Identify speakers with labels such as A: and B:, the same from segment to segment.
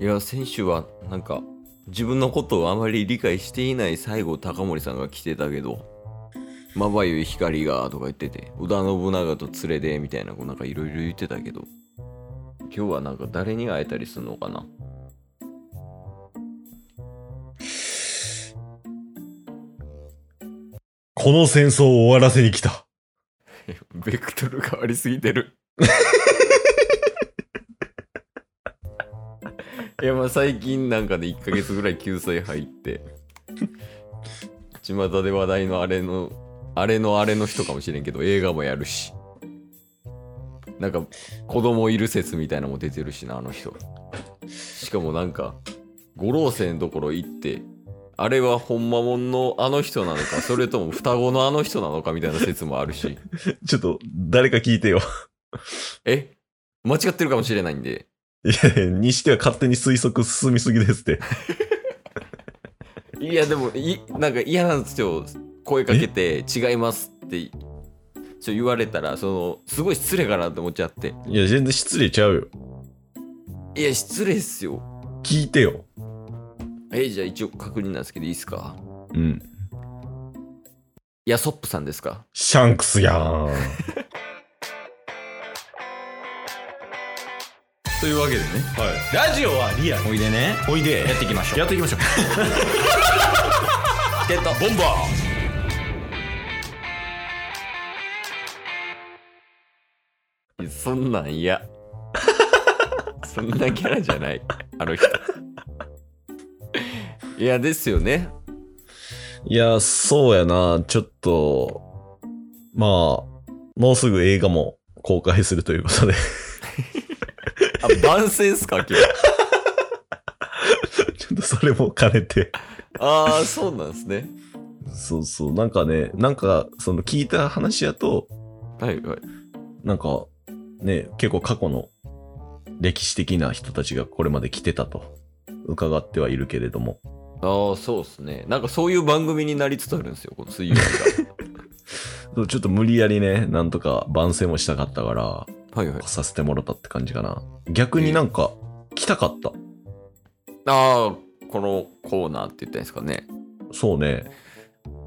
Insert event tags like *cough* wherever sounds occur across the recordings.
A: いや先週はなんか自分のことをあまり理解していない西郷隆盛さんが来てたけど「まばゆい光が」とか言ってて「織田信長と連れで」みたいなこうなんかいろいろ言ってたけど今日はなんか誰に会えたりするのかな
B: この戦争を終わらせに来た。
A: *laughs* ベクトル変わりすぎてるいやまあ最近なんかで1ヶ月ぐらい救済入って巷で話題のあれのあれのあれの人かもしれんけど映画もやるしなんか子供いる説みたいなのも出てるしなあの人しかもなんか五老星のところ行ってあれはほんまもんのあの人なのかそれとも双子のあの人なのかみたいな説もあるし
B: ちょっと、誰か聞いてよ。 *laughs*
A: え間違ってるかもしれないんで。
B: いやいや、にしては勝手に推測進みすぎですって。
A: いや、でも、いなんか嫌なんですよ。声かけて、違いますって、ちょ言われたら、その、すごい失礼かなって思っちゃって。
B: いや、全然失礼ちゃうよ。
A: いや、失礼っすよ。
B: 聞いてよ。
A: え、じゃあ一応確認なんですけど、いいっすか
B: うん。
A: いや、ソップさんですか
B: シャンクスやん。
A: というわけでね。
C: ラジオはリアル。おいでね。
B: おいで。
C: やっていきましょう。
B: やっていき
C: *laughs*
B: ましょう。
A: ゲット
C: ボンバ
A: いやそんなん嫌。 *laughs* そんなキャラじゃない。あの人。いや、ですよね。
B: いや、そうやな。ちょっと、まあ、もうすぐ映画も公開するということで。 *laughs*
A: あ、番宣っすか、今日。
B: *laughs* ちょっとそれも兼ねて。
A: ああ、そうなんですね。
B: そうそう。なんかね、なんか、その聞いた話やと、
A: はいはい。
B: なんか、ね、結構過去の歴史的な人たちがこれまで来てたと伺ってはいるけれども。
A: ああ、そうですね。なんかそういう番組になりつつあるんですよ、この水曜日
B: そうちょっと無理やりね、なんとか番宣もしたかったから、
A: が。はいはい
B: 来。させてもらったって感じかな。逆になんか、来たかった。
A: ああ、このコーナーって言ったんですかね。
B: そうね。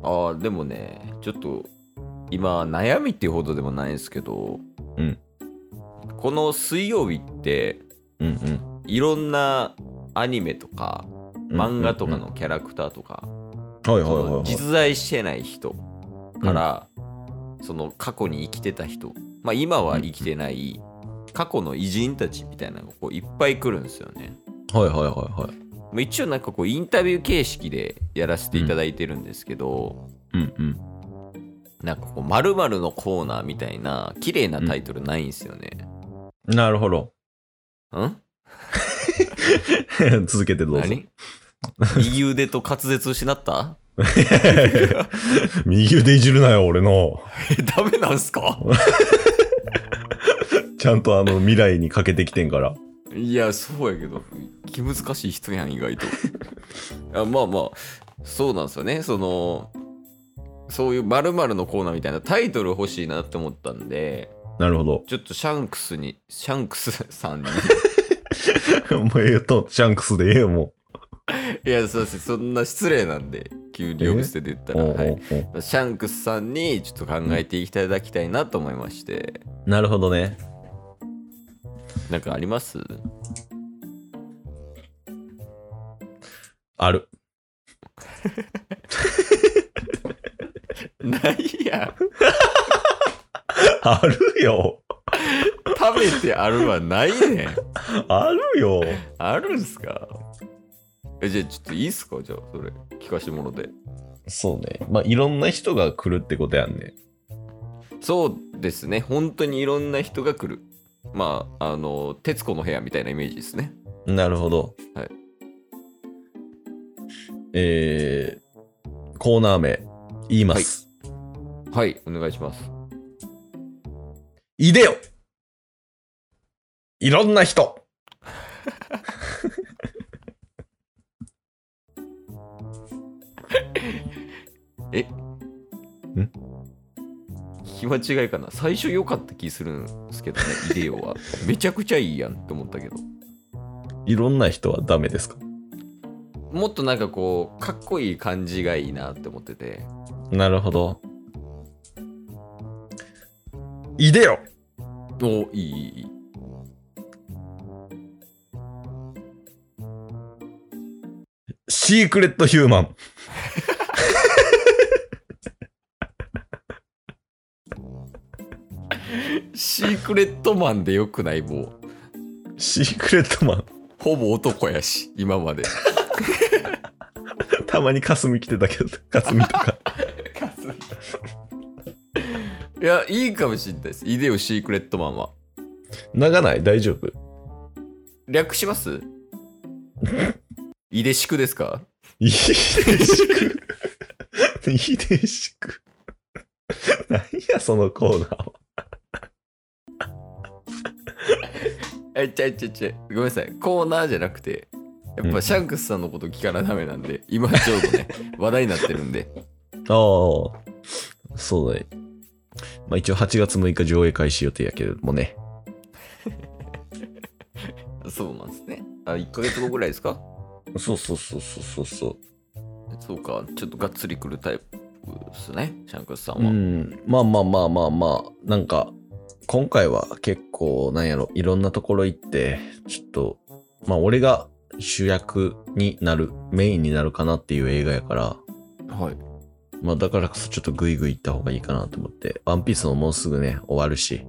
A: ああ、でもね、ちょっと今、悩みっていうほどでもないんですけど、
B: うん。
A: この水曜日って、
B: うんうん。
A: いろんなアニメとか、漫画とか
B: うん
A: のキャラクターとか、
B: うんうん。はい
A: そ
B: はいはい、
A: の
B: はい。
A: 実在してない人から、その過去に生きてた人、まあ今は生きてない、過去の偉人たちみたいなのがこういっぱい来るんですよね。
B: はいはいはいはい。
A: まあ一応なんかこうインタビュー形式でやらせていただいてるんですけど、
B: うんうん。
A: なんかこう〇〇のコーナーみたいな綺麗なタイトルないんですよね。
B: なるほど。 *laughs*
A: ん
B: 続けてどうぞ。
A: 何右腕と滑舌失った
B: 右腕いじるなよ、俺の。
A: えダメなんすか
B: ちゃんとあの、未来にかけてきてんから。
A: いやそうやけど気難しい人やん意外とあまあまあそうなんですよねそのそういう〇〇のコーナーみたいなタイトル欲しいなって思ったんで
B: なるほど。 *laughs*
A: ちょっとシャンクスにシャンクスさんに
B: もうええと、シャンクスでええよ、も
A: いや、そうです。そんな失礼なんで、急に呼び捨てで言った
B: う。
A: ら、
B: おうおう
A: は
B: おう
A: い。シャンクスさんにちょっと考えていただきたいなと思いまして、
B: なるほどね。
A: なんかあります
B: ある。
A: *laughs*
B: *laughs*
A: ないやん。
B: あるよ。
A: 食べてあるはないねん。
B: あるよ。
A: あるんすかえ、じゃあちょっといいっすかじゃあ、それ、聞かしてもろて。
B: そうね。まあ、いろんな人が来るってことやんね。
A: そうですね。本当にいろんな人が来る。まあ、あの、徹子の部屋みたいなイメージですね。
B: なるほど。
A: はい。
B: えー、コーナー名、言います。
A: はい、お願いします。
B: い、でよいろんな人
A: え聞き間違いかな最 *laughs* 初良かった気するんですけどね、イデオは。めちゃくちゃいいやんって思ったけど。
B: いろんな人はダメですか
A: もっとなんかこうかっこいい感じがいいなって思ってて
B: なるほど。いでよ
A: おいいいいいい
B: シークレットヒューマン。
A: シークレットマンでよくないもう
B: シークレットマン。
A: ほぼ男やし今まで
B: たまにかすみ来てたけど、かすみと *laughs* か。
A: いやいいかもしれないですイデオシークレットマンは
B: 長ない大丈夫
A: 略しますイデシクですか
B: いいでしく。いいでしく。何や、そのコーナーは。
A: えちゃいちゃいちゃいごめんなさいコーナーじゃなくてやっ
B: う
A: ぱ
B: ん
A: シャンクスさんのこと聞かなダメなんで、今ちょうどね話題になってるんで
B: ああ、そうだね。まあ一応8月6日上映開始予定やけどもね。
A: そうなんですねあ1ヶ月後ぐらいですか
B: そうそうそうそうそうそ
A: そうかちょっとがっつり来るタイプですねシャンクスさん
B: う。う
A: は、
B: ん。まあまあまあまあまあ、なんか、今回は結構、なんやろ、いろんなところ行って、ちょっと、まあ俺が主役になる、メインになるかなっていう映画やから、
A: はい
B: まあだからこそちょっとグイグイ行った方がいいかなと思って、ワンピースももうすぐね、終わるし。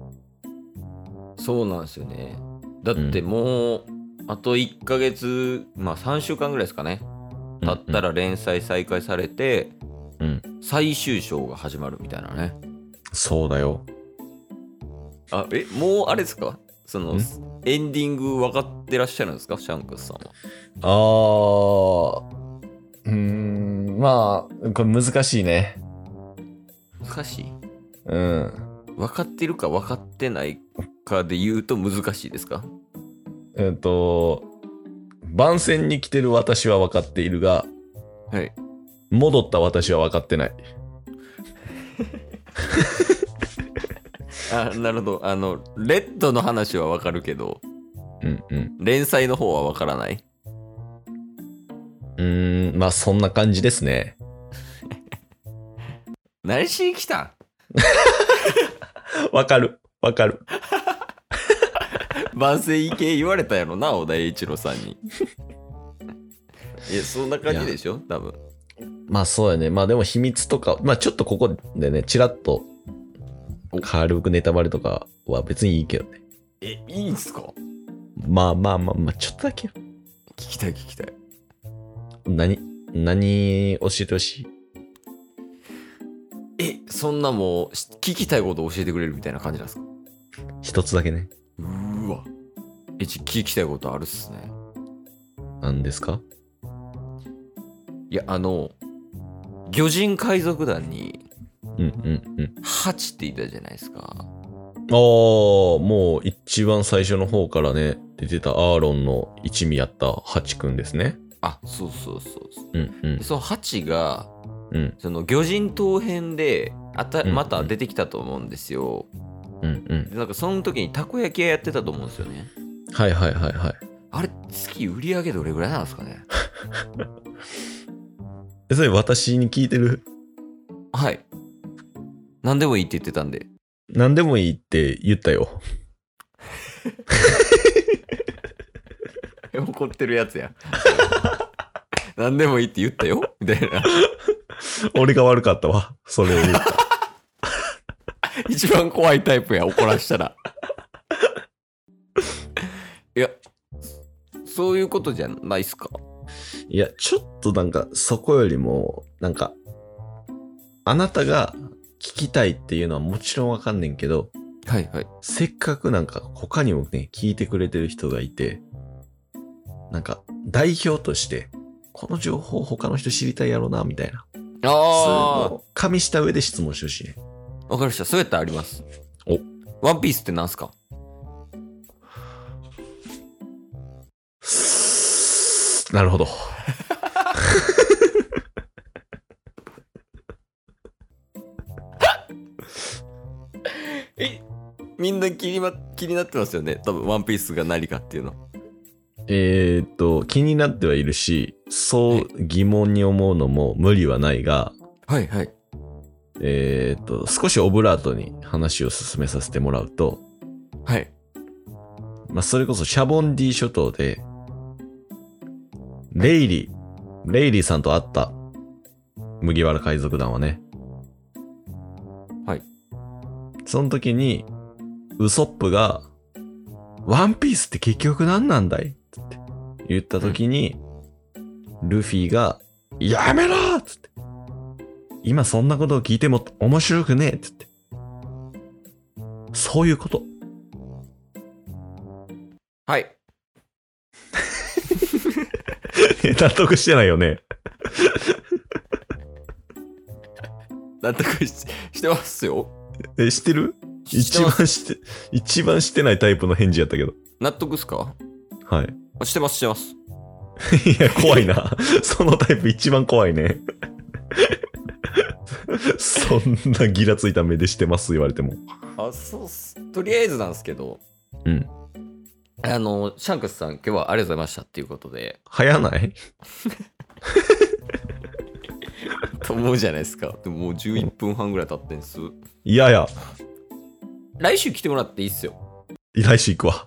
A: そうなんですよねだってもう、あと1ヶ月まあ3週間ぐらいですかね経った
B: ら。
A: ら連載再開されて、
B: うん。
A: 最終章が始まるみたいなね
B: そうだよ。
A: あえもうあれですかその
B: ん
A: エンディング分かってらっしゃるんですかシャンクスさんは
B: あー、うーん、まあ、これ難しいね。
A: 難しい
B: うん。
A: 分かってるか分かってないかで言うと難しいですか
B: えっ、と、番宣に来てる私は分かっているが、
A: はい
B: 戻った私は分かってない。
A: あなるほどあのレッドの話は分かるけど
B: うんうん。
A: 連載の方は分からないう
B: ーん、まあそんな感じですね。
A: 何しに来たん
B: 分かる。分かる。
A: *laughs* 万世意見言われたやろな小田栄一郎さんにいやそんな感じでしょ多分
B: まあそうやね。まあでも秘密とか、まあちょっとここでね、ちらっと
A: お
B: 軽くネタバレとかは別にいいけどね。
A: えいいんすか
B: まあまあまあまあ、ちょっとだけよ。
A: 聞きたい聞きたい
B: 何、何教えてほしい
A: えそんなもうし聞きたいこと教えてくれるみたいな感じなんですか
B: 一つだけね。
A: うーわえち聞きたいことあるっすね
B: 何ですか
A: いやあの魚人海賊団に
B: うんうんうん。
A: ハチっていたじゃないですか
B: ああ、もう一番最初の方からね、出てたアーロンの一味やったハチくんですね。
A: あそうそうそうそう
B: うんうん
A: でそのハチが
B: うん
A: その魚人島編であた
B: うん
A: また出てきたと思うんですよ、
B: うんうん。
A: でなんかその時にたこ焼き屋やってたと思うんですよね
B: はいはいはいはい。
A: あれ月売り上げどれぐらいなんですかね
B: えそれ私に聞いてる
A: はい何でもいいって言ってたんで
B: 何でもいいって言ったよ。
A: *laughs* 怒ってるやつ *laughs* や何でもいいって言ったよ *laughs* みたいな
B: 俺が悪かったわ。それを言った。
A: 一番怖いタイプや怒らしたら *laughs* いやそういうことじゃないっすか
B: いや、ちょっとなんかそこよりも、なんか、あなたが聞きたいっていうのはもちろんわかんねんけど、
A: はいはい
B: せっかくなんか他にもね、聞いてくれてる人がいて、なんか代表として、この情報他の人知りたいやろな、みたいな。
A: あ
B: そういうのを加味した上で質問してほしいね。
A: あわかりましたそうやったらあります
B: お
A: ワンピースってなんすか
B: なるほど。
A: えみんな気に,、ま、気になってますよね多分ワンピースが何かっていうの
B: えーっと、気になってはいるし、そう疑問に思うのも無理はないが、
A: はいはい。
B: えーっと、少しオブラートに話を進めさせてもらうと、
A: はい。
B: まあ、それこそシャボンディ諸島で、レイリー、レイリーさんと会った、麦わら海賊団はね。
A: はい。
B: その時に、ウソップが、ワンピースって結局何なんだいつって言った時に、ルフィが、やめろっつって。今そんなことを聞いても面白くねえっつって。そういうこと。 *laughs*
A: はい。
B: 納得してないよね。
A: 納得ししてますよ。
B: え、知ってる
A: して
B: 一
A: ます
B: 番して、一番してないタイプの返事やったけど。
A: 納得っすか
B: はい。 *laughs*
A: あしてますしてます。
B: いや、怖いな。 *laughs* そのタイプ一番怖いね。 *laughs* そんなギラついた目でしてます言われても。
A: あ、そうっす。とりあえずなんですけど、
B: うん。
A: あの、シャンクスさん今日はありがとうございましたっていうことで、
B: 早ない
A: と思うじゃないですか。 *laughs* でももう11分半ぐらい経ってんす。
B: いやいや、
A: 来週来てもらっていいっすよ。
B: 来週行くわ。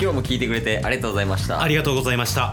A: 今日も聞いてくれてありがとうございました
C: あ。りがとうございました